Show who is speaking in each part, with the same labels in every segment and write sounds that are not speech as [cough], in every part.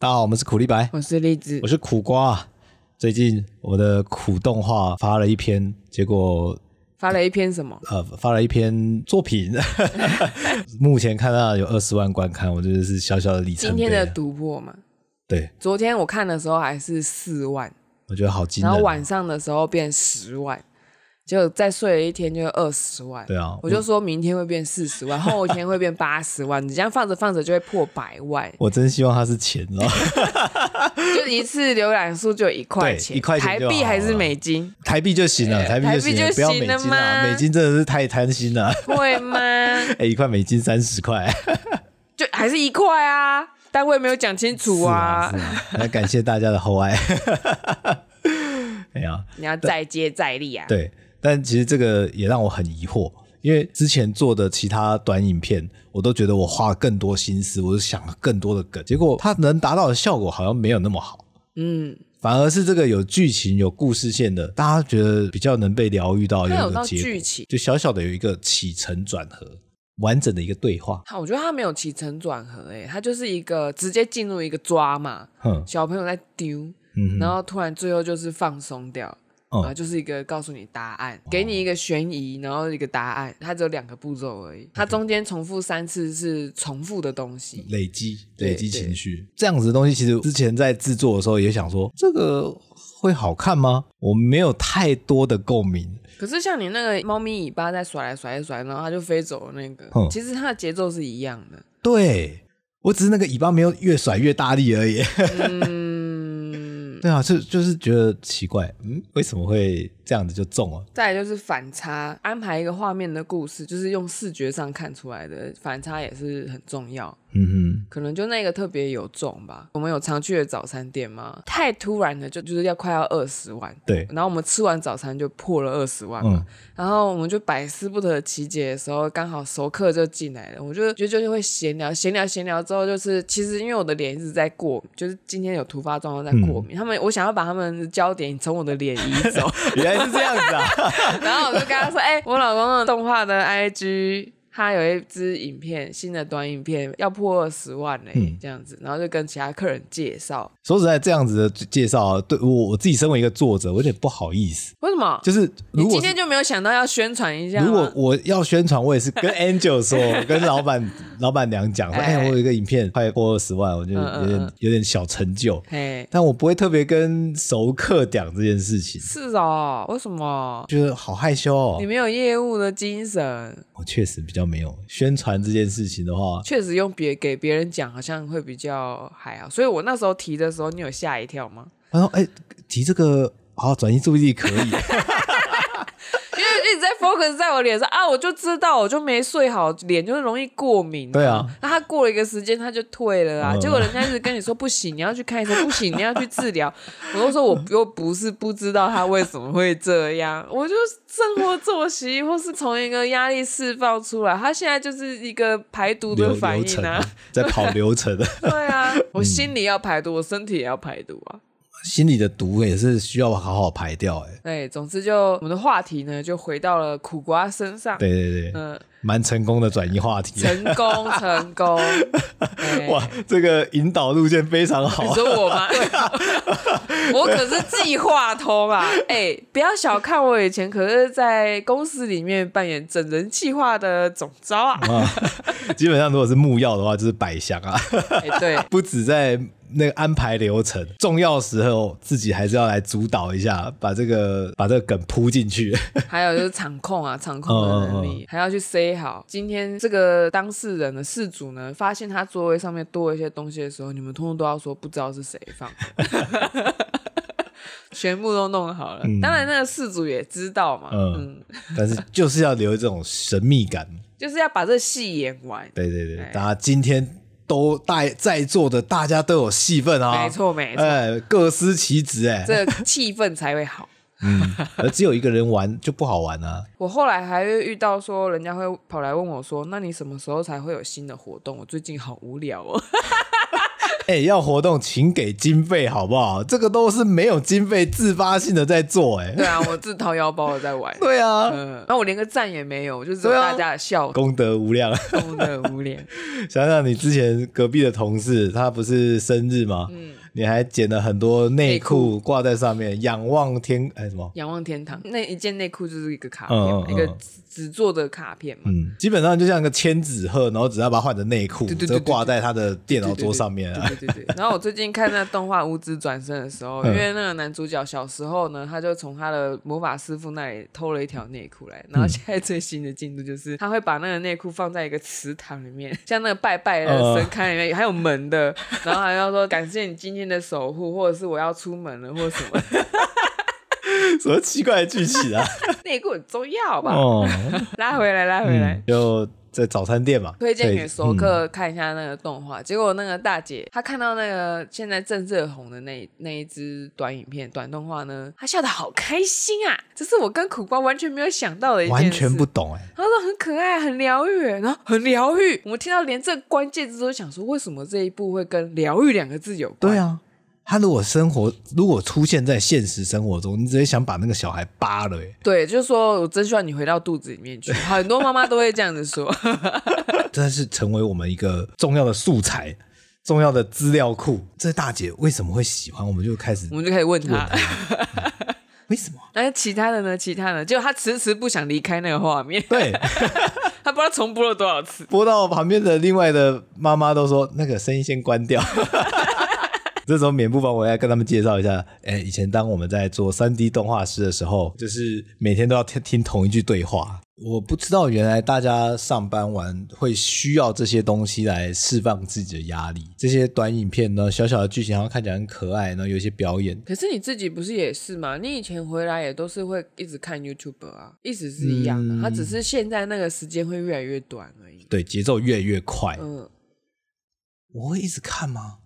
Speaker 1: 大家好，我们是苦力白，
Speaker 2: 我是栗子
Speaker 1: 我，是苦瓜。最近我的苦动画发了一篇，结果
Speaker 2: 发了一篇什么？
Speaker 1: 呃发了一篇作品， [laughs] 目前看到有二十万观看，我真的是小小的里程
Speaker 2: 今
Speaker 1: 碑啊。
Speaker 2: 天的突破嘛，
Speaker 1: 对，
Speaker 2: 昨天我看的时候还是四万，
Speaker 1: 我觉得好惊
Speaker 2: 然后
Speaker 1: 人。
Speaker 2: 晚上的时候变十万，结果再睡了一天就二十万。
Speaker 1: 对啊
Speaker 2: 我就说明天会变四十万，后天会变八十万，你这样放着放着就会破百万，
Speaker 1: 我真希望它是钱哦， [laughs]
Speaker 2: 就一次浏览数就一块
Speaker 1: 对
Speaker 2: 钱，
Speaker 1: 一块钱
Speaker 2: 台
Speaker 1: 就
Speaker 2: 币
Speaker 1: 好
Speaker 2: 还是
Speaker 1: 了
Speaker 2: 美金？
Speaker 1: 台币就行
Speaker 2: [laughs]
Speaker 1: 了，台币就行了，
Speaker 2: 台币就
Speaker 1: 不要
Speaker 2: 行
Speaker 1: 美
Speaker 2: 了
Speaker 1: 金啊，
Speaker 2: 吗
Speaker 1: 美金真的是太贪心了。 [laughs]
Speaker 2: 会吗？
Speaker 1: 哎、一块美金三十块，
Speaker 2: 就还是一块啊，单位没有讲清楚啊，
Speaker 1: 是啊，那感谢大家的厚爱。 [laughs] 哎呀，
Speaker 2: 你要再接再厉啊。
Speaker 1: 对，但其实这个也让我很疑惑，因为之前做的其他短影片，我都觉得我花了更多心思，我就想了更多的梗，结果它能达到的效果好像没有那么好，
Speaker 2: 嗯，
Speaker 1: 反而是这个有剧情、有故事线的，大家觉得比较能被疗愈到
Speaker 2: 它
Speaker 1: 有
Speaker 2: 有
Speaker 1: 一
Speaker 2: 到
Speaker 1: 个结
Speaker 2: 剧
Speaker 1: 果
Speaker 2: 情，
Speaker 1: 就小小的有一个起承转合，完整的一个对话。
Speaker 2: 好，我觉得他没有起承转合，哎，他就是一个直接进入一个抓嘛，
Speaker 1: 哼，
Speaker 2: 小朋友在丢，
Speaker 1: 嗯
Speaker 2: 然
Speaker 1: 哼，
Speaker 2: 后突然最后就是放松掉，
Speaker 1: 嗯
Speaker 2: 啊，就是一个告诉你答案，给你一个悬疑，然后一个答案，它只有两个步骤而已，它中间重复三次是重复的东西，
Speaker 1: 累积
Speaker 2: 对
Speaker 1: 累积
Speaker 2: 对
Speaker 1: 情绪这样子的东西，其实之前在制作的时候也想说，这个会好看吗？我没有太多的共鸣。
Speaker 2: 可是像你那个猫咪尾巴在甩来甩去甩，然后它就飞走了那个
Speaker 1: 哼，
Speaker 2: 其实它的节奏是一样的。
Speaker 1: 对，我只是那个尾巴没有越甩越大力而已。
Speaker 2: 嗯，
Speaker 1: [laughs] 对啊，就就是觉得奇怪，嗯，为什么会这样子就中了？
Speaker 2: 再来就是反差，安排一个画面的故事，就是用视觉上看出来的反差也是很重要。
Speaker 1: 嗯
Speaker 2: 可能就那个特别有重吧。我们有常去的早餐店吗？太突然了，就就是要快要二十万。
Speaker 1: 哼，对，
Speaker 2: 然后我们吃完早餐就破了二十万嘛，
Speaker 1: 嗯，
Speaker 2: 然后我们就百思不得其解的时候，刚好熟客就进来了，我就就就就会闲聊，闲聊闲聊之后，就是其实因为我的脸一直在过，就是今天有突发状况在过敏，他们我想要把他们的焦点从我的脸移走，
Speaker 1: 原来是这样子啊。 [laughs]
Speaker 2: [laughs] 然后我就跟他说：“哎、我老公的动画的 IG，他有一支影片，新的短影片要破二十万嘞、
Speaker 1: 嗯
Speaker 2: 这样子。”然后就跟其他客人介绍，
Speaker 1: 说实在，这样子的介绍啊，对我我自己身为一个作者，我有点不好意思。
Speaker 2: 为什么？
Speaker 1: 就是
Speaker 2: 你
Speaker 1: 如果
Speaker 2: 今
Speaker 1: 是
Speaker 2: 天就啊没有想到要宣传一下吗？
Speaker 1: 如果我要宣传，我也是跟 Angel 说，
Speaker 2: [laughs]
Speaker 1: 我跟老板老板娘讲说，
Speaker 2: 哎
Speaker 1: 哎、我有一个影片快过二十万，我就
Speaker 2: 嗯嗯
Speaker 1: 有点、
Speaker 2: 嗯
Speaker 1: 有点小成就，
Speaker 2: 嘿，
Speaker 1: 但我不会特别跟熟客讲这件事情，
Speaker 2: 是哦，为什么？
Speaker 1: 觉得好害羞哦
Speaker 2: 你。没有业务的精神，
Speaker 1: 我哦确实比较没有宣传这件事情的话，
Speaker 2: 确实用别给别人讲好像会比较还好。所以我那时候提的时候，你有吓一跳吗？
Speaker 1: 他说，哎、提这个好转移注意力
Speaker 2: [laughs]
Speaker 1: 可以，
Speaker 2: 因为一直在 focus 在我脸上啊，我就知道，我就没睡好，脸就是容易过敏、
Speaker 1: 对啊，
Speaker 2: 那他过了一个时间，他就退了啊。
Speaker 1: 嗯
Speaker 2: 结果人家一直跟你说不行，你要去看医生，不行，你要去治疗。我都
Speaker 1: [laughs]
Speaker 2: 说我又不是不知道他为什么会这样，我就生活作息或是从一个压力释放出来，他现在就是一个排毒
Speaker 1: 流
Speaker 2: 的反
Speaker 1: 流
Speaker 2: 应
Speaker 1: 程嗯
Speaker 2: 啊。
Speaker 1: 在跑流程，
Speaker 2: 对啊，我心里要排毒，我身体也要排毒啊。
Speaker 1: [laughs] 心里的毒也是需要好好排掉、哎，
Speaker 2: 对，总之就我们的话题呢，就回到了苦瓜身上。
Speaker 1: 对对对，
Speaker 2: 嗯、
Speaker 1: 蛮成功的转移话题。啊
Speaker 2: 成 [laughs] 功，成功！哎
Speaker 1: 哇，这个引导路线非常好
Speaker 2: 你，说我 [laughs] 吗？啊我可是计划通啊！哎、不要小看我，以前可是在公司里面扮演整人计划的总招啊！
Speaker 1: [laughs] 基本上如果是木曜的话，就是百香啊， [laughs]
Speaker 2: 哎、对，
Speaker 1: 不止在那个安排流程，重要时候自己还是要来主导一下，把这个把这个梗铺进去。 [laughs]
Speaker 2: 还有就是场控 [laughs] 啊，场控的能力，还要去塞好。今天这个当事人的事主呢，发现他座位上面多了一些东西的时候，你们通通都要说不知道是谁 [laughs] 放的。全部都弄好了，当然那个事主也知道嘛，嗯
Speaker 1: 嗯，但是就是要留这种神秘感。
Speaker 2: 就是要把这戏演完。
Speaker 1: 对对对
Speaker 2: 哎，
Speaker 1: 大家今天都大在座的大家都有戏份啊，
Speaker 2: 没错没错
Speaker 1: 哎，各司其职哎，
Speaker 2: [laughs] 这个气氛才会好。
Speaker 1: 而只有一个人玩就不好玩啊。
Speaker 2: 我后来还会遇到说，人家会跑来问我说：“那你什么时候才会有新的活动？我最近好无聊哦。”
Speaker 1: 哎、要活动请给经费好不好？这个都是没有经费自发性的在做、哎，
Speaker 2: [laughs] 对啊，我自掏腰包的在
Speaker 1: [laughs]
Speaker 2: 玩。
Speaker 1: 对啊，
Speaker 2: 嗯，那我连个赞也没有，我就只有
Speaker 1: 对啊
Speaker 2: 大家的笑，
Speaker 1: 功德无量。
Speaker 2: 真的无脸。
Speaker 1: 想想你之前隔壁的同事，他不是生日吗？你还剪了很多内
Speaker 2: 嗯内
Speaker 1: 裤挂在上面，仰望天，哎，什么？
Speaker 2: 仰望天堂那一件内裤就是一个卡片
Speaker 1: 嗯嗯
Speaker 2: 嘛，
Speaker 1: 嗯
Speaker 2: 一个纸纸做的卡片嘛。
Speaker 1: 嗯，基本上就像一个千纸鹤，然后只要把它换成内裤，
Speaker 2: 对对对
Speaker 1: 这个
Speaker 2: 对
Speaker 1: 挂在他的电脑
Speaker 2: 对对
Speaker 1: 桌上面啊。
Speaker 2: 对对对对。然后我最近看那动画《无职转身》的时候，
Speaker 1: 嗯
Speaker 2: 因为那个男主角小时候呢，他就从他的魔法师傅那里偷了一条内裤来，
Speaker 1: 嗯
Speaker 2: 然后现在最新的进度就是他会把那个内裤放在一个池塘里面， [laughs] 像那个拜拜的神龛里面，还有门的，然后还要说感谢你今天的守护，或者是我要出门了，或者什么， [laughs]
Speaker 1: 什么奇怪的剧情啊？
Speaker 2: 内裤很重要好吧？
Speaker 1: 哦，
Speaker 2: 拉回来，拉回来。
Speaker 1: 嗯，就在早餐店嘛，
Speaker 2: 推荐给
Speaker 1: 对
Speaker 2: 熟
Speaker 1: 嗯
Speaker 2: 客看一下那个动画，结果那个大姐她看到那个现在正热红的那一那一支短影片短动画呢，她笑得好开心啊！这是我跟苦瓜完全没有想到的一件事，
Speaker 1: 完全不懂哎、
Speaker 2: 他说很可爱，很疗愈，欸然后很疗愈。我们听到连这个关键字都想说，为什么这一部会跟疗愈两个字有关？
Speaker 1: 对啊，他如果生活如果出现在现实生活中，你直接想把那个小孩扒了、 [laughs] 欸，
Speaker 2: 对，就是说我真希望你回到肚子里面去。很多妈妈都会这样子说， [laughs]
Speaker 1: 这是成为我们一个重要的素材、重要的资料库。这大姐为什么会喜欢？我们就开始
Speaker 2: 我们就可以问她。
Speaker 1: 为什么？
Speaker 2: 那其他的呢？其他的，结果她迟迟不想离开那个画面。
Speaker 1: 对，
Speaker 2: 他不知道重播了多少次。
Speaker 1: 播到旁边的另外的妈妈都说那个声音先关
Speaker 2: [laughs]
Speaker 1: 掉。 [laughs] 这时候免不妨我来跟他们介绍一下，哎，以前当我们在做三 D 动画师的时候，就是每天都要听听同一句对话。我不知道原来大家上班完会需要这些东西来释放自己的压力。这些短影片呢，小小的剧情好像看起来很可爱，然后有一些表演，
Speaker 2: 可是你自己不是也是吗？你以前回来也都是会一直看 YouTube 啊，意思是一样的。
Speaker 1: 嗯
Speaker 2: 他只是现在那个时间会越来越短而已。
Speaker 1: 对，节奏越来越快。
Speaker 2: 嗯，
Speaker 1: 我会一直看吗？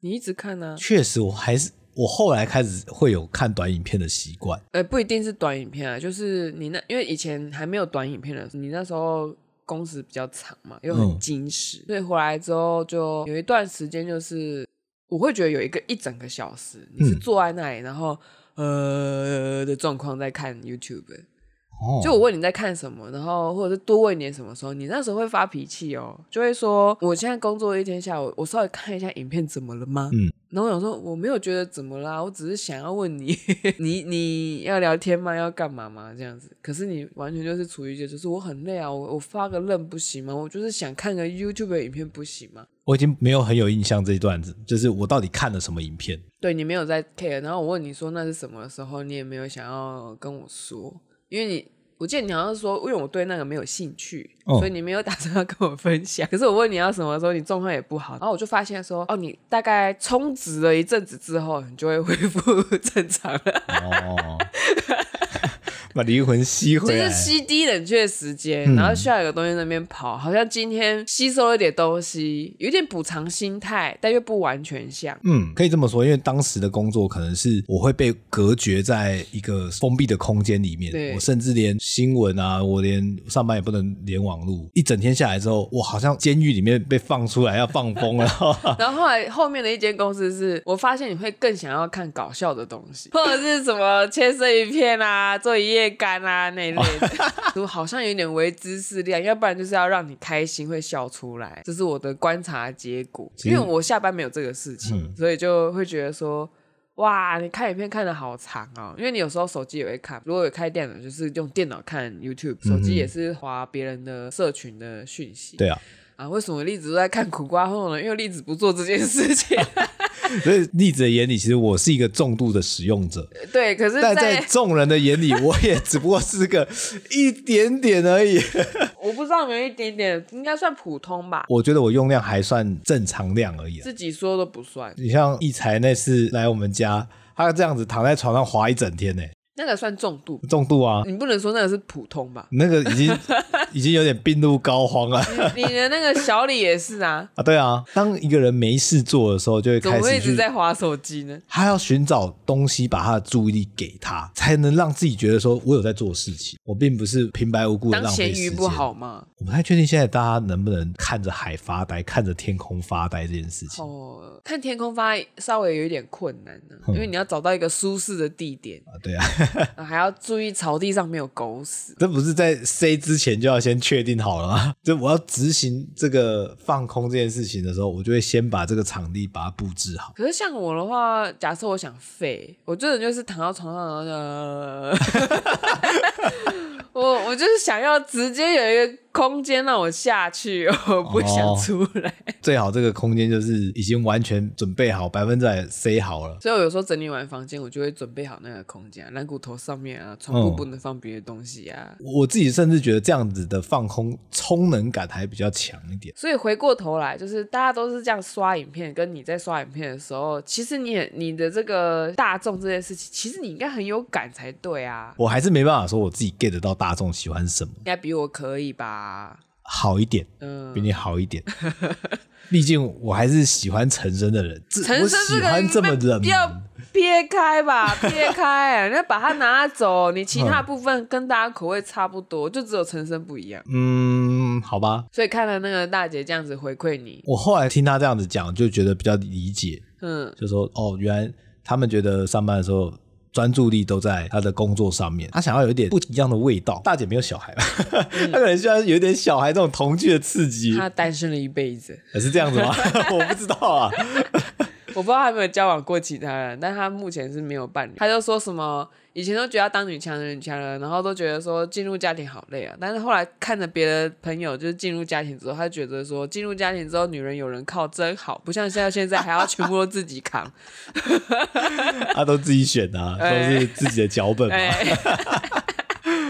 Speaker 2: 你一直看呢、啊？
Speaker 1: 确实，我还是我后来开始会有看短影片的习惯。
Speaker 2: 呃，不一定是短影片啊，就是你那因为以前还没有短影片的时候，你那时候。工时比较长嘛，又
Speaker 1: 嗯
Speaker 2: 很矜持，所以回来之后就有一段时间，就是我会觉得有一个一整个小时，你是
Speaker 1: 嗯
Speaker 2: 坐在那里，然后呃的状况在看 YouTube，
Speaker 1: 哦
Speaker 2: 就我问你在看什么，然后或者是多问一点什么时候，你那时候会发脾气哦，就会说我现在工作一天下午，我稍微看一下影片，怎么了吗？
Speaker 1: 嗯，
Speaker 2: 然后我想说我没有觉得怎么啦，我只是想要问
Speaker 1: [laughs]
Speaker 2: 你，你你要聊天吗？要干嘛吗？这样子，可是你完全就是处于一个就是我很累啊，我我发个愣不行吗？我就是想看个 YouTube 的影片不行吗？
Speaker 1: 我已经没有很有印象这一段子，就是我到底看了什么影片。
Speaker 2: 对你没有在 care，然后我问你说那是什么的时候，你也没有想要跟我说，因为你我记得你好像是说，因为我对那个没有兴趣，
Speaker 1: 哦
Speaker 2: 所以你没有打算要跟我分享。可是我问你要什么的时候，你状况也不好，然后我就发现说，哦，你大概充值了一阵子之后，你就会恢复 [laughs] 正常了，
Speaker 1: [laughs] 哦，把灵魂吸
Speaker 2: 就
Speaker 1: 回来。
Speaker 2: 是吸低冷却时间，
Speaker 1: 啊嗯
Speaker 2: 然后下一个东西在那边跑，好像今天吸收了一点东西，有点补偿心态，但又不完全像。
Speaker 1: 嗯，可以这么说，因为当时的工作可能是我会被隔绝在一个封闭的空间里面，
Speaker 2: 对
Speaker 1: 我甚至连新闻啊，我连上班也不能连网络。一整天下来之后，我好像监狱里面被放出来要放风
Speaker 2: [laughs]
Speaker 1: 了。
Speaker 2: 然后后来后面的一间公司是我发现你会更想要看搞笑的东西， [laughs] 或者是什么切碎一片 [laughs] 啊、做一夜干啊那一类的，就 [laughs] 好像有点为知识量，要不然就是要让你开心会笑出来，这是我的观察结果。
Speaker 1: 其
Speaker 2: 因
Speaker 1: 实
Speaker 2: 为我下班没有这个事情，
Speaker 1: 嗯
Speaker 2: 所以就会觉得说。哇，你看影片看的好长哦，因为你有时候手机也会看，如果有开电脑，就是用电脑看 YouTube，手机也是划别人的社群的讯息。
Speaker 1: 对啊，
Speaker 2: 啊，为什么栗子都在看苦瓜后呢？因为栗子不做这件事情。 [laughs]
Speaker 1: 所以栗子的眼里，其实我是一个重度的使用
Speaker 2: [laughs]
Speaker 1: 者，
Speaker 2: 对，可是在，
Speaker 1: 但在众人的眼里，我也只不过是个一点点而已。
Speaker 2: 我不知道有没有一点点，应该算普通吧，
Speaker 1: 我觉得我用量还算正常量而已啊。
Speaker 2: 自己说都不算，
Speaker 1: 你像一才那次来我们家，他这样子躺在床上滑一整天呢、
Speaker 2: 那个算重度。嗯
Speaker 1: 重度啊，
Speaker 2: 你不能说那个是普通吧？ [laughs]
Speaker 1: 那个已经已经有点病入膏肓了 [laughs]
Speaker 2: 你的那个小李也是啊，
Speaker 1: 啊。对啊，当一个人没事做的时候，就会
Speaker 2: 怎么
Speaker 1: 开
Speaker 2: 会一
Speaker 1: 始
Speaker 2: 直
Speaker 1: 去
Speaker 2: 在划手机呢？
Speaker 1: 他要寻找东西，把他的注意力给他，才能让自己觉得说我有在做事情，我并不是平白无故的
Speaker 2: 当
Speaker 1: 浪
Speaker 2: 咸
Speaker 1: 费时
Speaker 2: 鱼
Speaker 1: 间。
Speaker 2: 不好吗？
Speaker 1: 我不太确定现在大家能不能看着海发呆，看着天空发呆这件事情。
Speaker 2: 哦，看天空发稍微有一点困难呢、
Speaker 1: 嗯
Speaker 2: 因为你要找到一个舒适的
Speaker 1: [laughs]
Speaker 2: 地点，
Speaker 1: 啊对啊，
Speaker 2: 然后还要注意草地上没有狗屎。
Speaker 1: 这不是在 C 之前就要先确定好了吗？ [laughs] 就我要执行这个放空这件事情的时候，我就会先把这个场地把它布置好。
Speaker 2: 可是像我的话，假设我想废，我这人就是躺到床上，然后就呃 [laughs] 我我就是想要直接有一个空间让我下去， [laughs] 我不想出来。 [laughs]
Speaker 1: 最好这个空间就是已经完全准备好，百分之百塞好了。
Speaker 2: 所以我有时候整理完房间，我就会准备好那个空间、啊，软骨头上面啊，床
Speaker 1: 嗯
Speaker 2: 铺不能放别的东西啊。
Speaker 1: 我自己甚至觉得这样子的放空充能感还比较强一点。
Speaker 2: 所以回过头来，就是大家都是这样刷影片，跟你在刷影片的时候，其实你也你的这个大众这件事情，其实你应该很有感才对啊，
Speaker 1: 我还是没办法说我自己 get 得到大众喜欢什么，
Speaker 2: 应该比我可以吧？
Speaker 1: 好一点，
Speaker 2: 嗯
Speaker 1: 比，你好一点。
Speaker 2: [laughs]
Speaker 1: 毕竟我还是喜欢陈升的人，这
Speaker 2: 陈
Speaker 1: 我
Speaker 2: 生
Speaker 1: 喜欢这
Speaker 2: 这
Speaker 1: 么
Speaker 2: 个
Speaker 1: 冷
Speaker 2: 不要
Speaker 1: 门，
Speaker 2: 撇开
Speaker 1: [laughs]
Speaker 2: 吧，撇开，人家把它拿走，你其他部分跟大家口味差不多，就只有陈生不一样。
Speaker 1: 嗯，好吧。
Speaker 2: 所以看了那个大姐这样子回馈你，
Speaker 1: 我后来听他这样子讲，就觉得比较理解，
Speaker 2: 嗯，
Speaker 1: 就说哦，原来他们觉得上班的时候专注力都在他的工作上面，他想要有一点不一样的味道。大姐没有小孩吧？
Speaker 2: 嗯
Speaker 1: 她可能需要有一点小孩这种童趣的刺激，
Speaker 2: 她单身了一辈子，
Speaker 1: 是这样子
Speaker 2: [laughs]
Speaker 1: 吗？我不知道啊。
Speaker 2: 我不知道她有没有交往过其他人，但她目前是没有伴侣。她就说什么以前都觉得要当女强人、女强人，然后都觉得说进入家庭好累啊，但是后来看着别的朋友就是进入家庭之后，她觉得说进入家庭之后女人有人靠真好，不像现在现在还要全部都自己扛。
Speaker 1: 他都自己选的、啊，都是自己的脚本嘛。
Speaker 2: 哎，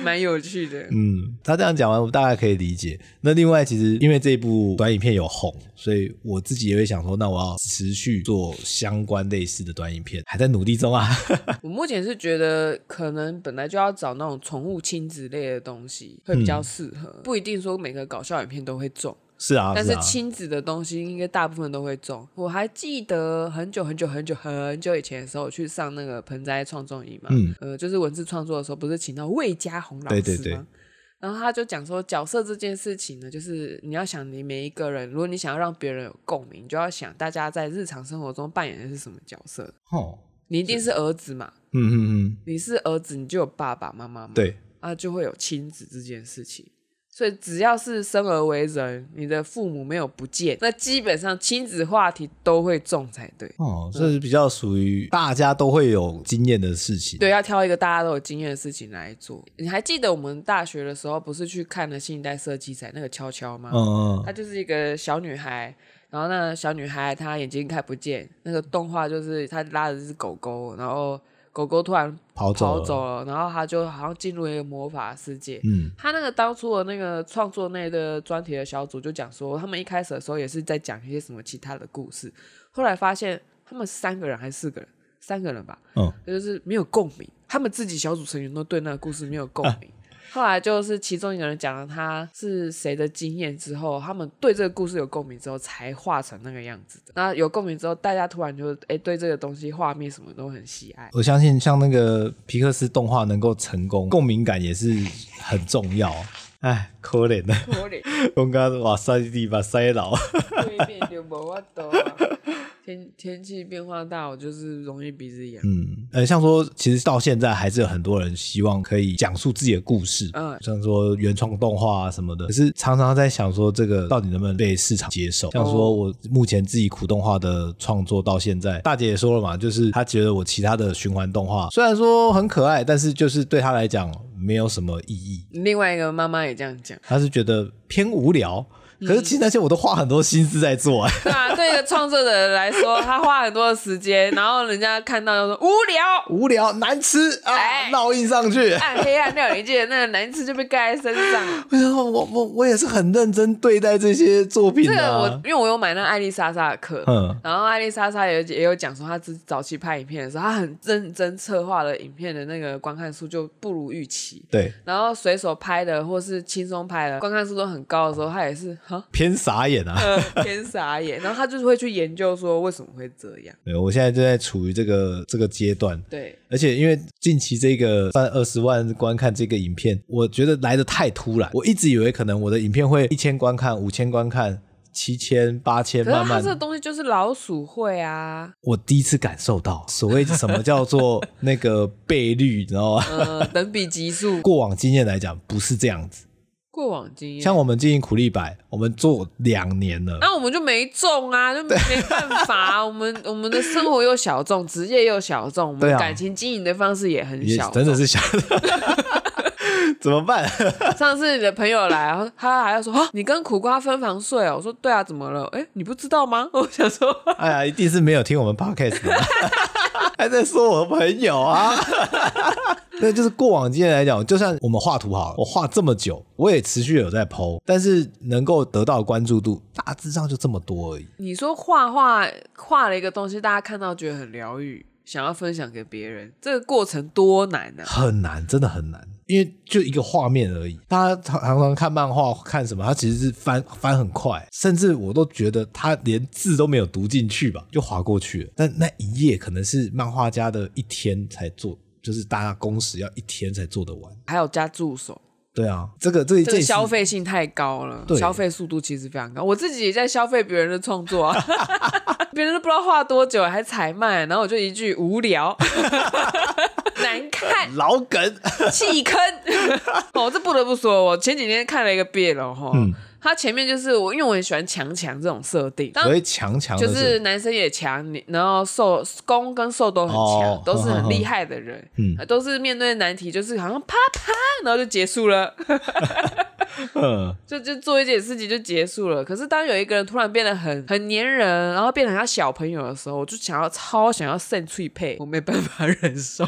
Speaker 2: 蛮有趣的。
Speaker 1: 嗯，他这样讲完，我大概可以理解。那另外，其实因为这部短影片有红，所以我自己也会想说，那我要持续做相关类似的短影片，还在努力中啊。
Speaker 2: 我目前是觉得，可能本来就要找那种宠物亲子类的东西会比较适合，不一定说每个搞笑影片都会中，
Speaker 1: 是啊，
Speaker 2: 但
Speaker 1: 是
Speaker 2: 是
Speaker 1: 啊。
Speaker 2: 亲子的东西应该大部分都会中。我还记得很久很久很久很久以前的时候，我去上那个盆栽创作营嘛，
Speaker 1: 嗯
Speaker 2: 呃，就是文字创作的时候，不是请到魏家红老师
Speaker 1: 对
Speaker 2: 吗？
Speaker 1: 对对
Speaker 2: 然后他就讲说，角色这件事情呢，就是你要想你每一个人，如果你想要让别人有共鸣，你就要想大家在日常生活中扮演的是什么角色。
Speaker 1: 哦，
Speaker 2: 你一定是儿子嘛，
Speaker 1: 嗯嗯嗯，
Speaker 2: 你是儿子，你就有爸爸妈妈嘛，
Speaker 1: 对，
Speaker 2: 啊，就会有亲子这件事情。所以只要是生而为人，你的父母没有不见，那基本上亲子话题都会中才对。
Speaker 1: 哦，这是比较属于大家都会有经验的事情。
Speaker 2: 对，要挑一个大家都有经验的事情来做。你还记得我们大学的时候，不是去看了新一代设计展那个悄悄吗？
Speaker 1: 嗯，嗯
Speaker 2: 她就是一个小女孩，然后那小女孩她眼睛看不见，那个动画就是她拉着一只狗狗，然后狗狗突然
Speaker 1: 跑走
Speaker 2: 跑
Speaker 1: 了
Speaker 2: 走了，然后她就好像进入一个魔法世界。
Speaker 1: 嗯，
Speaker 2: 他那个当初的那个创作内的专题的小组就讲说，他们一开始的时候也是在讲一些什么其他的故事，后来发现他们三个人还是四个人，三个人吧，
Speaker 1: 嗯，
Speaker 2: 就是没有共鸣，他们自己小组成员都对那个故事没有共鸣。后来就是其中一个人讲了他是谁的经验之后，他们对这个故事有共鸣之后，才画成那个样子的。那有共鸣之后，大家突然就哎、对这个东西画面什么都很喜
Speaker 1: [laughs]
Speaker 2: 爱。
Speaker 1: 我相信像那个皮克斯动画能够成功，共鸣感也是很重要。哎，可怜的， [laughs]
Speaker 2: 我脸
Speaker 1: 刚刚哇塞地把塞老。
Speaker 2: 蜕变就无法度啊。天天气变化大，我就是容易鼻子痒。
Speaker 1: 嗯，呃，像说，其实到现在还是有很多人希望可以讲述自己的故事，
Speaker 2: 嗯
Speaker 1: 像说原创动画啊什么的，可是常常在想说，这个到底能不能被市场接受？像
Speaker 2: 哦
Speaker 1: 说我目前自己苦动画的创作到现在，大姐也说了嘛，就是她觉得我其他的循环动画虽然说很可爱，但是就是对她来讲没有什么意义，
Speaker 2: 另外一个妈妈也这样讲，
Speaker 1: 她是觉得偏无聊。可是
Speaker 2: 嗯
Speaker 1: 其实那些我都花很多心思在做、啊，
Speaker 2: 对啊，对一个创作者来说，他花很多的时间，然后人家看到就说无聊。
Speaker 1: 无聊难吃啊，
Speaker 2: 哎
Speaker 1: 烙印上
Speaker 2: [laughs]
Speaker 1: 去。
Speaker 2: 暗黑暗料理界那个难吃就被盖在身
Speaker 1: [laughs]
Speaker 2: 上。
Speaker 1: 我想说我我我也是很认真对待这些作品
Speaker 2: 这个我
Speaker 1: 啊，
Speaker 2: 因为我有买那艾丽莎莎的课，
Speaker 1: 嗯
Speaker 2: 然后艾丽莎莎也也有讲说，她之早期拍影片的时候，她很认真策划的影片的那个观看数就不如预期，
Speaker 1: 对，
Speaker 2: 然后随手拍的或是轻松拍的观看数都很高的时候，她也是哈。
Speaker 1: 偏傻眼啊。
Speaker 2: 呃， [laughs] 偏傻眼，然后她就是会去研究说为什么会这样。
Speaker 1: 对，我现在正在处于这个这个阶段，
Speaker 2: 对，
Speaker 1: 而且因为近期这个算二十万观看这个影片，我觉得来的太突然。我一直以为可能我的影片会一千观看、五千观看、七千、八千，
Speaker 2: 可是
Speaker 1: 慢
Speaker 2: 它
Speaker 1: 慢
Speaker 2: 这个东西就是老鼠会啊，
Speaker 1: 我第一次感受到所谓什么叫做那个倍率， [laughs] 你知道吗？
Speaker 2: 呃，等比级数
Speaker 1: 过往经验来讲不是这样子，
Speaker 2: 过往经验。
Speaker 1: 像我们经营苦力白，我们做两年了，
Speaker 2: 那我们就没中啊，就没办法、啊。我们我们的生活又小众，职业又小众，我
Speaker 1: 对
Speaker 2: 们
Speaker 1: 啊
Speaker 2: 感情经营的方式也很
Speaker 1: 也
Speaker 2: 小众。
Speaker 1: 真的是想 [laughs] 怎么办？ [laughs]
Speaker 2: 上次你的朋友来，然后他还要说啊，你跟苦瓜分房睡哦。我说对啊，怎么了？哎，你不知道吗？ [laughs] 我想说，
Speaker 1: 哎呀，一定是没有听我们 podcast 的， [laughs] 还在说我朋友啊。 [laughs] 那就是过往经验来讲，就算我们画图好了，我画这么久，我也持续有在剖，但是能够得到的关注度大致上就这么多而已。
Speaker 2: 你说画画画了一个东西，大家看到觉得很疗愈，想要分享给别人，这个过程多难啊！
Speaker 1: 很难，真的很难，因为就一个画面而已。大家常常常看漫画看什么，它其实是翻翻很快，甚至我都觉得他连字都没有读进去吧，就划过去了。但那一页可能是漫画家的一天才做，就是大家工时要一天才做得完。
Speaker 2: 还有加助手，
Speaker 1: 对啊，这个这一
Speaker 2: 这
Speaker 1: 件
Speaker 2: 个
Speaker 1: 事
Speaker 2: 消费性太高了
Speaker 1: 对，
Speaker 2: 消费速度其实非常高。我自己也在消费别人的创作啊， [laughs] 别人都不知道画多久还采卖，然后我就一句无聊。 [laughs] 难看，
Speaker 1: 老梗，
Speaker 2: 弃坑。 [laughs] 哦，这不得不说，我前几天看了一个 BL 哈，
Speaker 1: 嗯
Speaker 2: 它前面就是我，因为我很喜欢强强这种设定，当
Speaker 1: 所谓强强的
Speaker 2: 就是男生也强，你然后受攻跟受都很强，
Speaker 1: 哦
Speaker 2: 都是很厉害的人，
Speaker 1: 嗯
Speaker 2: 呃都是面对难题就是好像啪啪，然后就结束了。
Speaker 1: [laughs] 嗯，
Speaker 2: [laughs] 就就做一件事情就结束了。可是当有一个人突然变得很很黏人，然后变得很像小朋友的时候，我就想要超想要肾脆配，我没办法
Speaker 1: [laughs]
Speaker 2: 忍受。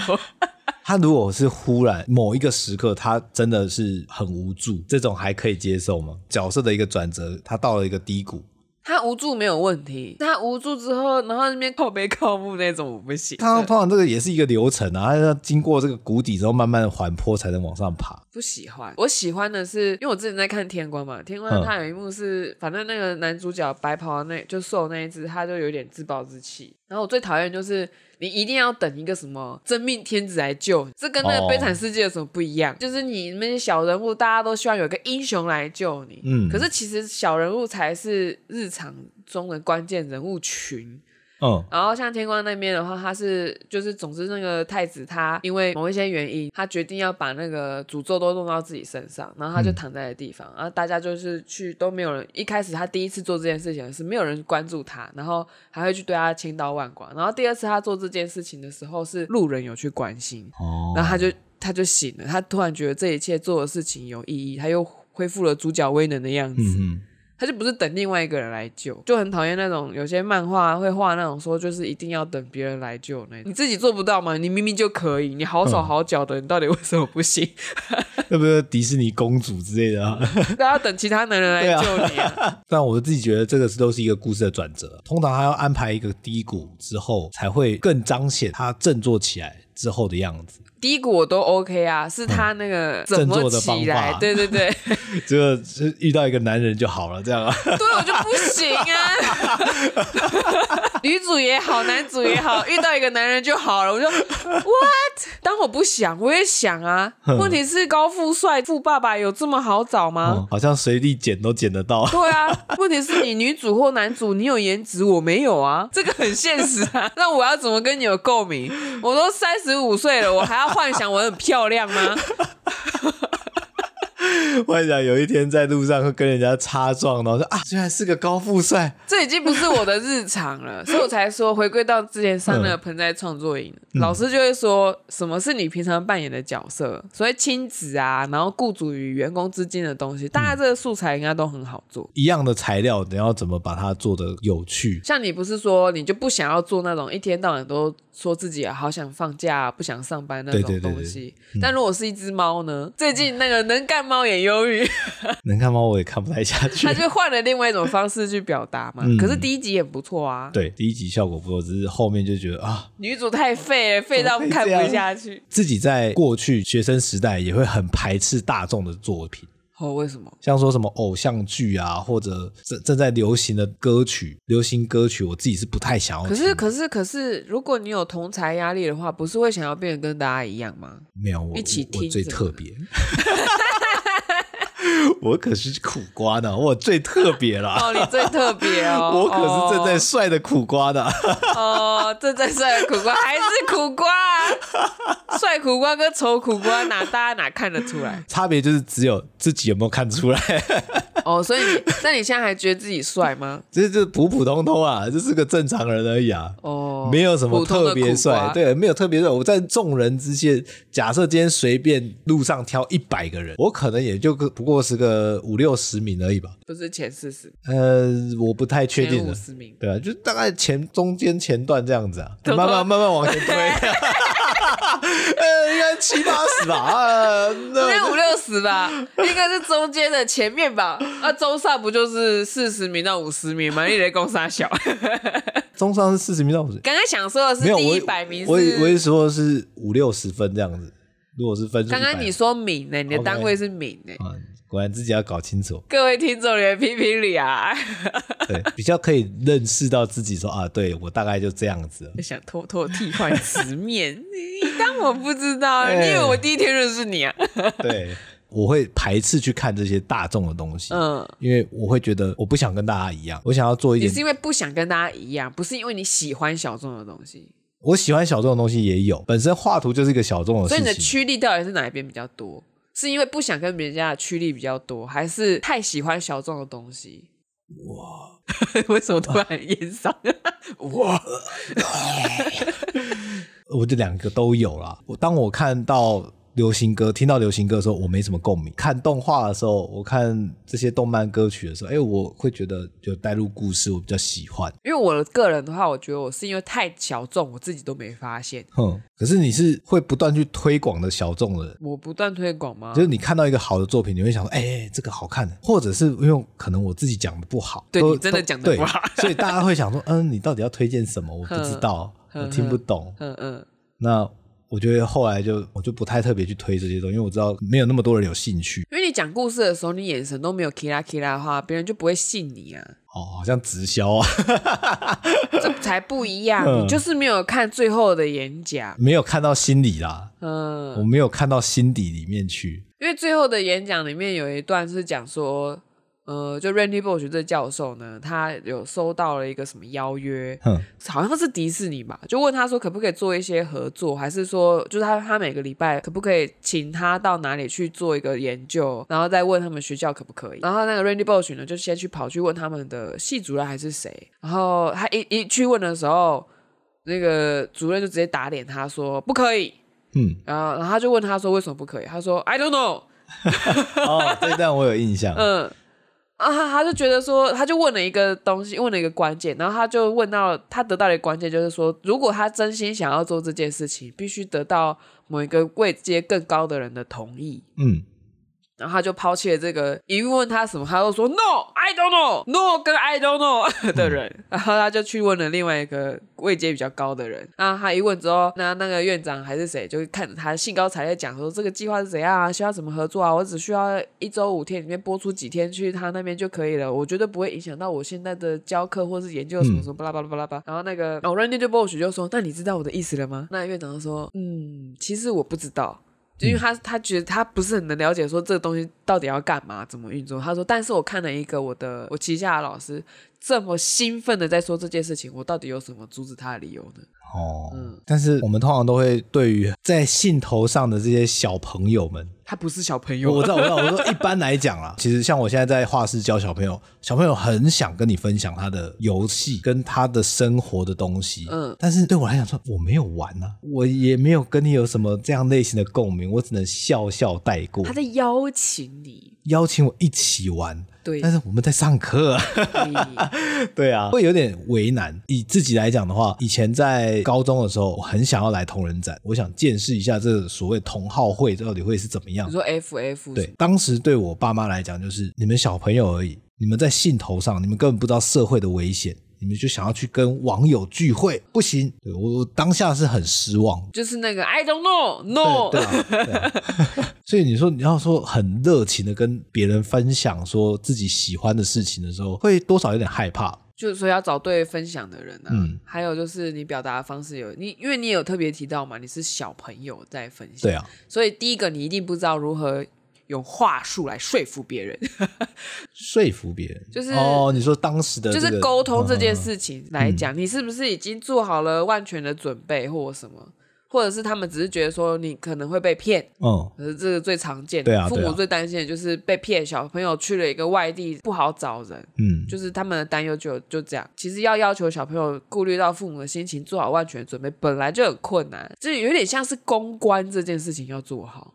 Speaker 1: 他如果是忽然某一个时刻，他真的是很无助，这种还可以接受吗？角色的一个转折，他到了一个低谷，
Speaker 2: 他无助没有问题，他无助之后，然后那边靠背靠木那种我不行，
Speaker 1: 他通常这个也是一个流程啊，他要经过这个谷底之后，慢慢的缓坡才能往上爬。
Speaker 2: 不喜欢。我喜欢的是，因为我之前在看《天官》嘛，《天官
Speaker 1: 嗯》
Speaker 2: 他有一幕是，反正那个男主角白袍那就瘦那一只，他就有点自暴自弃。然后我最讨厌就是。你一定要等一个什么真命天子来救你，这跟那
Speaker 1: 哦
Speaker 2: 个悲惨世界有什么不一样？就是你那些小人物，大家都希望有一个英雄来救你。
Speaker 1: 嗯
Speaker 2: 可是其实小人物才是日常中的关键人物群。
Speaker 1: 嗯，
Speaker 2: 然后像天光那边的话，他是就是，总之那个太子他因为某一些原因，他决定要把那个诅咒都弄到自己身上，然后他就躺在了地方，然后大家就是去都没有人。一开始他第一次做这件事情是没有人关注他，然后还会去对他千刀万剐。然后第二次他做这件事情的时候，是路人有去关心，
Speaker 1: 哦
Speaker 2: 然后他就他就醒了，他突然觉得这一切做的事情有意义，他又恢复了主角威能的样子。
Speaker 1: 嗯
Speaker 2: 他就不是等另外一个人来救，就很讨厌那种有些漫画会画那种说就是一定要等别人来救那种，你自己做不到吗？你明明就可以，你好
Speaker 1: 嗯
Speaker 2: 手好脚的，你到底为什么不行？ [laughs]
Speaker 1: 哼，那不是迪士尼公主之类的、啊。 [laughs]
Speaker 2: 大家等其他男人
Speaker 1: 对啊
Speaker 2: 来救你、啊，
Speaker 1: 但我自己觉得这个都是一个故事的转折，通常他要安排一个低谷之后，才会更彰显他振作起来之后的样子。 [laughs]
Speaker 2: 低谷我都 OK 啊，是他那个
Speaker 1: 嗯振
Speaker 2: 怎么
Speaker 1: 作的方
Speaker 2: 起
Speaker 1: [laughs]
Speaker 2: 来
Speaker 1: 法？
Speaker 2: 对对对，
Speaker 1: 这个是遇到一个男人就好了，这样啊。
Speaker 2: 对我就不行啊。 [laughs] 女主也好，男主也好，遇到一个男人就好了。我就 what？当我不想，我也想啊。问题是高富帅、富爸爸有这么好找吗？
Speaker 1: 嗯 [laughs] 好像随地捡都捡得到。 [laughs]
Speaker 2: 对啊，问题是你女主或男主，你有颜值，我没有啊，这个很现实啊。那我要怎么跟你有共鸣？我都三十五岁了，我还要幻想我很漂亮吗？
Speaker 1: 幻想有一天在路上会跟人家擦撞，然后说啊，居然是个高富帅，
Speaker 2: 这已经不是我的日常了，所以我才说回归到之前上那个盆栽创作营，老师就会说什么是你平常扮演的角色，所以亲子啊，然后雇主与员工之间的东西，大家这个素材应该都很好做。
Speaker 1: 一样的材料，你要怎么把它做的有趣？
Speaker 2: 像你不是说你就不想要做那种一天到晚都说自己好想放假、不想上班那
Speaker 1: 对对
Speaker 2: 种
Speaker 1: 对嗯
Speaker 2: 东西，但如果是一只猫呢？最近那个能干猫眼忧郁， [laughs]
Speaker 1: 能看吗？我也看不太下去
Speaker 2: 它。就换了另外一种方式去表达嘛。可是第一集也不错
Speaker 1: [laughs]
Speaker 2: 啊，
Speaker 1: 嗯对，第一集效果不错，只是后面就觉得啊，
Speaker 2: 女主太废了，废到
Speaker 1: 怎么
Speaker 2: 看
Speaker 1: 可以这样
Speaker 2: 不下去。
Speaker 1: 自己在过去学生时代也会很排斥大众的作品，
Speaker 2: 哦，为什么？
Speaker 1: 像说什么偶像剧啊，或者正正在流行的歌曲、流行歌曲，我自己是不太想要
Speaker 2: 可
Speaker 1: 听。
Speaker 2: 是，可是，可是，如果你有同才压力的话，不是会想要变得跟大家一样吗？
Speaker 1: 没有我
Speaker 2: 一起
Speaker 1: 我
Speaker 2: 听
Speaker 1: 我最
Speaker 2: 什么
Speaker 1: 特别， [laughs] 我可是苦瓜呢，我最特别啦。
Speaker 2: 哦，你最特别
Speaker 1: [laughs]
Speaker 2: 哦！
Speaker 1: 我可是正在
Speaker 2: 哦
Speaker 1: 帅的苦瓜呢，
Speaker 2: 哦，正在帅的苦瓜，还是苦瓜啊？帅苦瓜跟丑苦瓜哪大家哪看得出来？
Speaker 1: 差别就是只有自己有没有看出来，
Speaker 2: [laughs] 哦，所以你，那你现在还觉得自己帅吗？
Speaker 1: 这这普普通通啊，这是个正常人而已啊。
Speaker 2: 哦，
Speaker 1: 没有什么
Speaker 2: 普通的
Speaker 1: 特别
Speaker 2: 苦
Speaker 1: 帅
Speaker 2: 瓜，
Speaker 1: 对，没有特别帅。我在众人之间，假设今天随便路上挑一百个人，我可能也就个不过是个五六十名而已吧。
Speaker 2: 不是前四十，
Speaker 1: 呃，我不太确
Speaker 2: 前
Speaker 1: 定
Speaker 2: 五
Speaker 1: 了。
Speaker 2: 十名。
Speaker 1: 对啊，就大概前中间前段这样子啊，
Speaker 2: 怎么
Speaker 1: 慢慢慢慢往前
Speaker 2: [laughs]
Speaker 1: 推。 [laughs] 呃，应该七八十吧，啊，
Speaker 2: 应该
Speaker 1: 那
Speaker 2: 五六十
Speaker 1: [laughs]
Speaker 2: 吧，应该是中间的前面吧。那、中上不就是四十名到五十名吗？你雷公
Speaker 1: [laughs]
Speaker 2: 杀小。
Speaker 1: 中上是四十名到五十，
Speaker 2: 刚刚想说的是
Speaker 1: 没有
Speaker 2: 第
Speaker 1: 我
Speaker 2: 一百名
Speaker 1: 我以我
Speaker 2: 是，
Speaker 1: 是说是五六十分这样子。如果是分数100，
Speaker 2: 刚刚你说名呢、你的
Speaker 1: OK
Speaker 2: 单位是名呢、
Speaker 1: 啊，果然自己要搞清楚。
Speaker 2: 各位听众，你们评评理啊！
Speaker 1: 对，比较可以认识到自己说啊，对我大概就这样子了。
Speaker 2: 想偷偷替换词面，你当我不知道？啊
Speaker 1: 哎
Speaker 2: 你以为我第一天认识你啊？
Speaker 1: 对，我会排斥去看这些大众的东西，
Speaker 2: 嗯，
Speaker 1: 因为我会觉得我不想跟大家一样，我想要做一
Speaker 2: 你
Speaker 1: 点
Speaker 2: 是因为不想跟大家一样，不是因为你喜欢小众的东西，
Speaker 1: 我喜欢小众的东西也有，本身画图哦就是一个小众的
Speaker 2: 所以
Speaker 1: 事
Speaker 2: 你的
Speaker 1: 情。
Speaker 2: 驱力到底是哪一边比较多？是因为不想跟别人家的驱力比较多，还是太喜欢小众的东
Speaker 1: [laughs]
Speaker 2: 西？哇！为什么突然烟嗓？哇！
Speaker 1: 我这两个都有啦。我当我看到流行歌，听到流行歌的时候，我没什么共鸣；看动画的时候，我看这些动漫歌曲的时候，哎，我会觉得有带入故事，我比较喜欢。
Speaker 2: [laughs] 因为我的个人的话，我觉得我是因为太小众，我自己都没发现。
Speaker 1: 哼，可是你是会不断去推广的小众的人。
Speaker 2: 我不断推广吗？
Speaker 1: 就是你看到一个好的作品，你会想说，哎、哎这个好看的，或者是因为可能我自己讲的不好，
Speaker 2: 对
Speaker 1: 都
Speaker 2: 你真的
Speaker 1: 都
Speaker 2: 讲得不好
Speaker 1: 对所以大家会想说，嗯，你到底要推荐什么？我不知道，
Speaker 2: 哼
Speaker 1: 我听不懂。
Speaker 2: 嗯嗯，
Speaker 1: 那我觉得后来就我就不太特别去推这些东西，因为我知道没有那么多人有兴趣。
Speaker 2: 因为你讲故事的时候，你眼神都没有 kira kira 的话，别人就不会信你啊， [laughs]
Speaker 1: 哦，好像直销啊， [laughs]
Speaker 2: 这才不一样。
Speaker 1: 嗯
Speaker 2: 你就是没有看最后的演讲，
Speaker 1: 没有看到心里啦，
Speaker 2: 嗯，
Speaker 1: 我没有看到心底里面去。
Speaker 2: 因为最后的演讲里面有一段是讲说，呃，就 Randy Bush 这教授呢，他有收到了一个什么邀约，
Speaker 1: 哼，
Speaker 2: 好像是迪士尼吧，就问他说可不可以做一些合作，还是说就是他他每个礼拜可不可以请他到哪里去做一个研究，然后再问他们学校可不可以。然后那个 Randy Bosch 呢，就先去跑去问他们的系主任还是谁，然后他一一去问的时候，那个主任就直接打脸他说不可以， [laughs]
Speaker 1: 嗯，
Speaker 2: 然后然后他就问他说为什么不可以，他说 I don't know。
Speaker 1: 哦，这段我有印象。
Speaker 2: 嗯，啊，他他就觉得说，他就问了一个东西，问了一个关键，然后他就问到，他得到的关键就是说，如果他真心想要做这件事情，必须得到某一个位阶更高的人的同意。
Speaker 1: 嗯，
Speaker 2: 然后他就抛弃了这个，一问他什么，他都说 “no I don't know no” 跟 “I don't know” [laughs] 的人，然后他就去问了另外一个位阶比较高的人。那他一问之后，那那个院长还是谁，就看着他兴高采烈讲说这个计划是怎样啊，需要怎么合作啊，我只需要一周五天里面播出几天去他那边就可以了，我绝对不会影响到我现在的教课或是研究什么什么巴拉巴拉巴拉巴拉。然后那个哦 Randy 就 Bosch 就说：“那你知道我的意思了吗？”那院长就说：“嗯，其实我不知道。”就
Speaker 1: 嗯
Speaker 2: 因为他他觉得他不是很能了解说这个东西到底要干嘛，怎么运作。他说，但是我看了一个我的我旗下的老师这么兴奋的在说这件事情，我到底有什么阻止他的理由呢？
Speaker 1: 哦，
Speaker 2: 嗯
Speaker 1: 但是我们通常都会对于在兴头上的这些小朋友们，
Speaker 2: 他不是小朋友，
Speaker 1: 我知道，我知道，我说一般来讲啦， [laughs] 其实像我现在在画室教小朋友，小朋友很想跟你分享他的游戏跟他的生活的东西，嗯
Speaker 2: 嗯，
Speaker 1: 但是对我来讲说我没有玩啊，我也没有跟你有什么这样类型的共鸣，我只能笑笑带过
Speaker 2: 他。在邀请你，
Speaker 1: 邀请我一起玩，
Speaker 2: 对
Speaker 1: 但是我们在上课、
Speaker 2: [laughs]
Speaker 1: 啊。
Speaker 2: 你
Speaker 1: 对啊，会有点为难。以自己来讲的话，以前在高中的时候，我很想要来同人展，我想见识一下这个所谓同好会到底会是怎么样
Speaker 2: 你。说 F F
Speaker 1: 对，当时对我爸妈来讲，就是你们小朋友而已，你们在兴头上，你们根本不知道社会的危险，你们就想要去跟网友聚会，不行。对我我当下是很失望。
Speaker 2: 就是那个 I don't know no，
Speaker 1: 对啊，对啊 [laughs] 所以你说你要说很热情的跟别人分享说自己喜欢的事情的时候，会多少有点害怕。
Speaker 2: 就是说要找对分享的人啊。
Speaker 1: 嗯
Speaker 2: 还有就是你表达的方式有你，因为你也有特别提到嘛，你是小朋友在分享，
Speaker 1: 对啊，
Speaker 2: 所以第一个你一定不知道如何用话术来说服别人，
Speaker 1: 说服别人，
Speaker 2: 就是
Speaker 1: 哦，你说当时的、这
Speaker 2: 就
Speaker 1: 个嗯
Speaker 2: 是沟通这件，事情来讲，你是不是已经做好了万全的准备或什么？或者是他们只是觉得说你可能会被骗，
Speaker 1: 嗯嗯，
Speaker 2: 可是这个最常见的，
Speaker 1: 对啊
Speaker 2: 父
Speaker 1: 对
Speaker 2: 母
Speaker 1: 啊
Speaker 2: 最担心的就是被骗，小朋友去了一个外地不好找人，
Speaker 1: 嗯嗯
Speaker 2: 就是他们的担忧就就这样。其实要要求小朋友顾虑到父母的心情，做好万全的准备，本来就很困难，就有点像是公关这件事情要做好。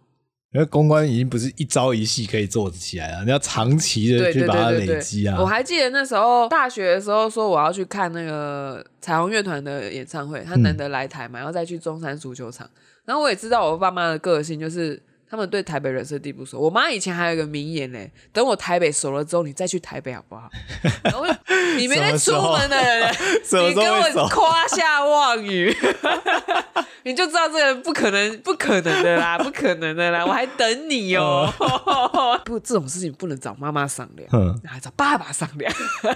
Speaker 1: 因为公关已经不是一朝一夕可以做得起来了，你要长期的
Speaker 2: 对
Speaker 1: 去
Speaker 2: 对
Speaker 1: 把它
Speaker 2: 对对
Speaker 1: 累积
Speaker 2: 对，
Speaker 1: 啊。
Speaker 2: 我还记得那时候大学的时候，说我要去看那个彩虹乐团的演唱会，他
Speaker 1: 嗯
Speaker 2: 难得来台嘛，然后再去中山足球场。然后我也知道我爸妈的个性，就是他们对台北人生地不熟。我妈以前还有一个名言嘞：“等我台北熟了之后，你再去台北好不 [laughs] 好？”然后我就你没在出门的人，
Speaker 1: 什么
Speaker 2: [laughs] 你
Speaker 1: 时候会
Speaker 2: 跟我
Speaker 1: 走？
Speaker 2: 夸下望语， [laughs] 你就知道这个人不可能，不可能的啦，不可能的啦，我还等你哦。 [laughs] 不，这种事情不能找妈妈商量。
Speaker 1: 嗯，
Speaker 2: 还找爸爸商量。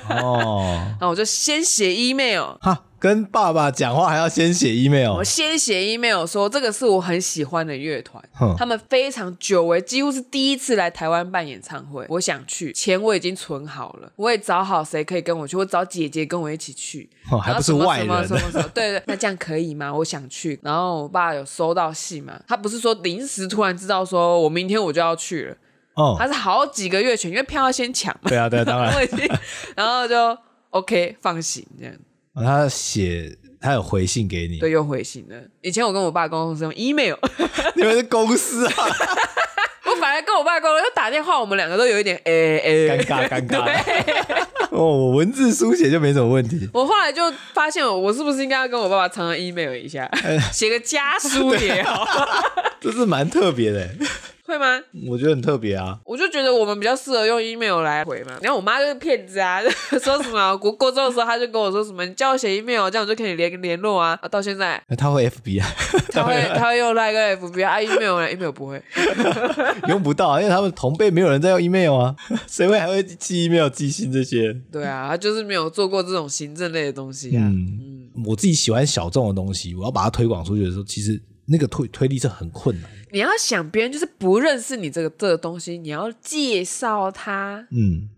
Speaker 2: [laughs]
Speaker 1: 哦，
Speaker 2: 那我就先写 email，
Speaker 1: 哈，跟爸爸讲话还要先写 email
Speaker 2: 我。先写 email 说这个是我很喜欢的乐团
Speaker 1: 哼，
Speaker 2: 他们非常久违，几乎是第一次来台湾办演唱会，我想去，钱我已经存好了，我也找好谁可以跟我去，我找姐姐跟我一起去，
Speaker 1: 哦还不是外人
Speaker 2: 然后什么什么什么什 [laughs] 么，对对，那这样可以吗？我想去，然后我爸有收到信嘛，他不是说临时突然知道说我明天我就要去了，
Speaker 1: 哦，
Speaker 2: 他是好几个月前，因为票要先抢嘛， [laughs]
Speaker 1: 对啊，对啊，当然，
Speaker 2: 我已经，然后就 OK 放行这样。
Speaker 1: 他写哦他有回信给你，
Speaker 2: 对，又回信了。以前我跟我爸沟通是用 email，
Speaker 1: 你们是公
Speaker 2: [laughs]
Speaker 1: 司啊，
Speaker 2: 我反而跟我爸沟通，又打电话，我们两个都有一点诶诶。
Speaker 1: 尴尬尴尬。哦，我文字书写就没什么问题，
Speaker 2: 我后来就发现我，我是不是应该要跟我爸爸常常 email 一下，
Speaker 1: 呃
Speaker 2: 写个家书也
Speaker 1: 啊
Speaker 2: 好，
Speaker 1: 这是蛮特别的，
Speaker 2: 会吗？
Speaker 1: 我觉得很特别啊。
Speaker 2: 我就觉得我们比较适合用 email 来回嘛。然后我妈就是骗子啊， [laughs] 说什么国国中的时候，她就跟我说什么，你叫我写 email，这样我就可以联联络啊。啊到现在，
Speaker 1: 他会 FB 啊，
Speaker 2: 她会她会用那个 FB 啊 email 呢 email 不会。
Speaker 1: [laughs] 用不到啊，因为他们同辈没有人在用 email 啊，谁会还会寄 email 寄信这些？
Speaker 2: 对啊，她就是没有做过这种行政类的东西啊。
Speaker 1: 嗯，我自己喜欢小众的东西，我要把它推广出去的时候，其实那个推推力是很困难。
Speaker 2: 你要想别人就是不认识你这个这个东西，你要介绍他，
Speaker 1: 嗯，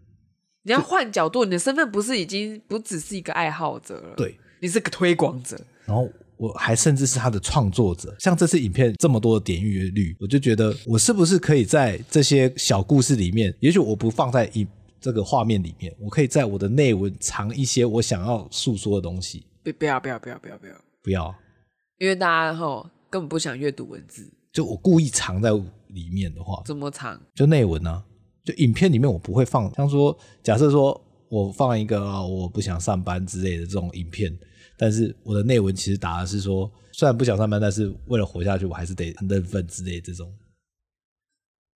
Speaker 2: 你要换角度，你的身份不是已经不只是一个爱好者了，，
Speaker 1: 对。
Speaker 2: 你是个推广者，
Speaker 1: 然后我还甚至是他的创作者，像这次影片这么多的点阅率，我就觉得我是不是可以在这些小故事里面，也许我不放在影这个画面里面，我可以在我的内文藏一些我想要诉说的东西。
Speaker 2: 不不要不要不要不要不要，
Speaker 1: 不要，
Speaker 2: 因为大家吼根本不想阅读文字，
Speaker 1: 就我故意藏在里面的话，
Speaker 2: 这么长，
Speaker 1: 就内文呢、就影片里面我不会放，像说假设说我放一个、啊我不想上班之类的这种影片，但是我的内文其实打的是说，虽然不想上班，但是为了活下去，我还是得很认份之类的这种。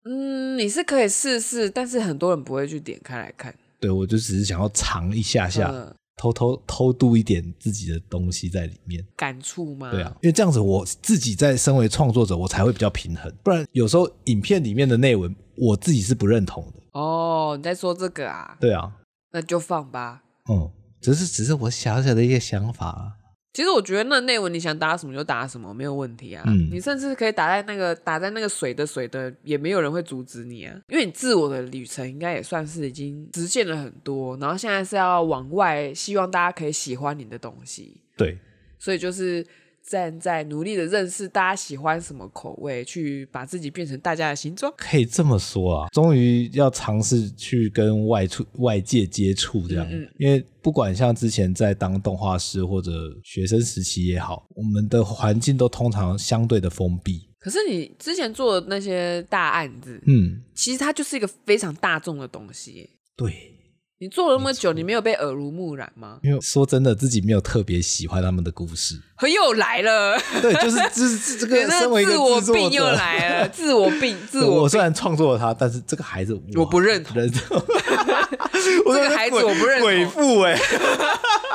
Speaker 2: 嗯，你是可以试试，但是很多人不会去点开来看，
Speaker 1: 对我就只是想要尝一下下，
Speaker 2: 嗯
Speaker 1: 偷偷偷渡一点自己的东西在里面。
Speaker 2: 感触吗？
Speaker 1: 对啊，，因为这样子我自己在身为创作者，我才会比较平衡。不然有时候影片里面的内文，我自己是不认同的。
Speaker 2: 哦，你在说这个啊，
Speaker 1: 对啊，
Speaker 2: 那就放吧。
Speaker 1: 嗯，只是只是我小小的一个想法、啊。
Speaker 2: 其实我觉得那内文你想打什么就打什么，没有问题啊。
Speaker 1: 嗯
Speaker 2: 你甚至可以打在那个打在那个水的水的，也没有人会阻止你啊。因为你自我的旅程应该也算是已经实现了很多，然后现在是要往外，希望大家可以喜欢你的东西，
Speaker 1: 对，
Speaker 2: 所以就是站在努力的认识大家喜欢什么口味，去把自己变成大家的形状。
Speaker 1: 可以这么说啊，终于要尝试去跟外出外界接触这样，
Speaker 2: 嗯嗯
Speaker 1: 因为不管像之前在当动画师或者学生时期也好，我们的环境都通常相对的封闭。
Speaker 2: 可是你之前做的那些大案子，
Speaker 1: 嗯，
Speaker 2: 其实它就是一个非常大众的东西耶。
Speaker 1: 对，
Speaker 2: 你做了那么久，你没有被耳濡目染吗？
Speaker 1: 因为说真的，自己没有特别喜欢他们的故事。
Speaker 2: 很又来了，
Speaker 1: 对，就是这这这
Speaker 2: 你
Speaker 1: 个
Speaker 2: 那
Speaker 1: 身为一个
Speaker 2: 自我
Speaker 1: 制作
Speaker 2: 病又
Speaker 1: 者，
Speaker 2: 来了，自我病，
Speaker 1: [laughs]
Speaker 2: 自
Speaker 1: 我
Speaker 2: 我病
Speaker 1: 虽然创作了他，但是这个孩子
Speaker 2: 我不认同
Speaker 1: 认同 [laughs] 我
Speaker 2: 这
Speaker 1: 说
Speaker 2: 个孩子我不认同
Speaker 1: 鬼父哎、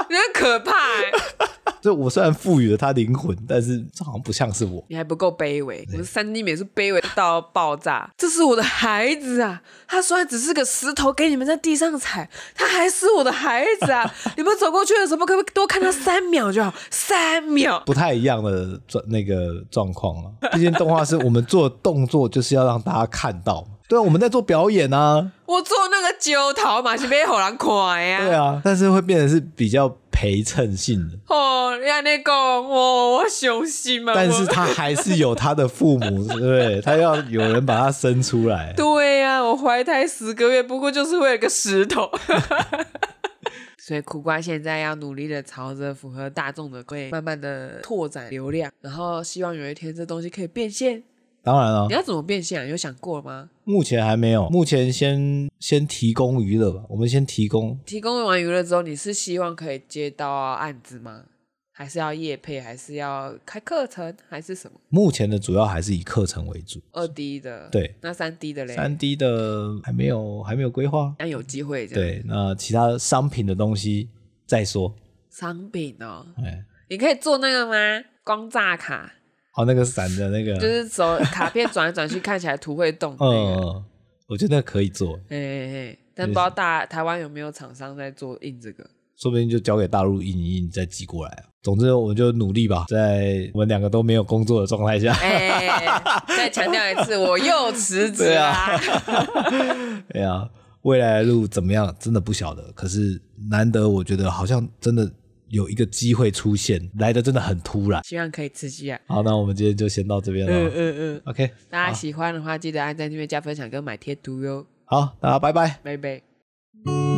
Speaker 2: 你很可怕欸耶。
Speaker 1: [laughs] 就我虽然赋予了他灵魂，但是这好像不像是我。
Speaker 2: [laughs] 你还不够卑微，我的三 D 美术卑微到爆炸。这是我的孩子啊！他虽然只是个石头给你们在地上踩，他还是我的孩子啊！ [laughs] 你们走过去的时候，可不可以多看他三秒就好？三秒，
Speaker 1: 不太一样的状那个状况了，毕竟动画是我们做动作就是要让大家看到，对啊，我们在做表演啊，
Speaker 2: 我做那个九桃嘛是被好人看呀、
Speaker 1: 对啊，但是会变得是比较陪衬性的，
Speaker 2: 哦，你安尼讲，哦，我伤心嘛。
Speaker 1: 但
Speaker 2: [laughs] 我
Speaker 1: 是他还是有他的父母，对不对？他要有人把他生出来，
Speaker 2: [laughs] 对呀、我怀胎十个月，不过就是为了个石头。 [laughs] 所以苦瓜现在要努力的朝着符合大众的会慢慢的拓展流量，然后希望有一天这东西可以变现。
Speaker 1: 当然啊
Speaker 2: 你，要怎么变现、啊？有想过吗？
Speaker 1: 目前还没有，目前先先提供娱乐吧，我们先提供
Speaker 2: 提供完娱乐之后，你是希望可以接到案子吗？还是要业配？还是要开课程？还是什么
Speaker 1: 目前的主要还是以课程为主，
Speaker 2: 二 D 的？
Speaker 1: 对，
Speaker 2: 那三 D 的嘞？
Speaker 1: 三 D 的还没有还没有规划，
Speaker 2: 那有机会这样。
Speaker 1: 对，那其他商品的东西再说，
Speaker 2: 商品哦，
Speaker 1: 哎，
Speaker 2: 你可以做那个吗？光栅卡。
Speaker 1: 哦，那个闪的那个，
Speaker 2: 就是手卡片转来转去，看起来图会动的
Speaker 1: 嗯，
Speaker 2: 那个。
Speaker 1: 嗯，嗯我觉得可以做，
Speaker 2: 哎哎哎，但不知道大台湾有没有厂商在做印这个？
Speaker 1: 说不定就交给大陆印一印再寄过来啊。总之，我们就努力吧，在我们两个都没有工作的状态下，
Speaker 2: 哎、再强调一次，我又辞职
Speaker 1: 对
Speaker 2: 啦、
Speaker 1: 啊哎呀，未来的路怎么样，真的不晓得。可是难得，我觉得好像真的有一个机会出现，来的真的很突然。
Speaker 2: 希望可以持续啊。
Speaker 1: 好，那我们今天就先到这边
Speaker 2: 嗯
Speaker 1: 了。
Speaker 2: 嗯嗯，
Speaker 1: OK，
Speaker 2: 大家喜欢的话，记得按赞、订阅、加分享跟买贴图哟，
Speaker 1: 好，大家拜拜。
Speaker 2: 拜拜。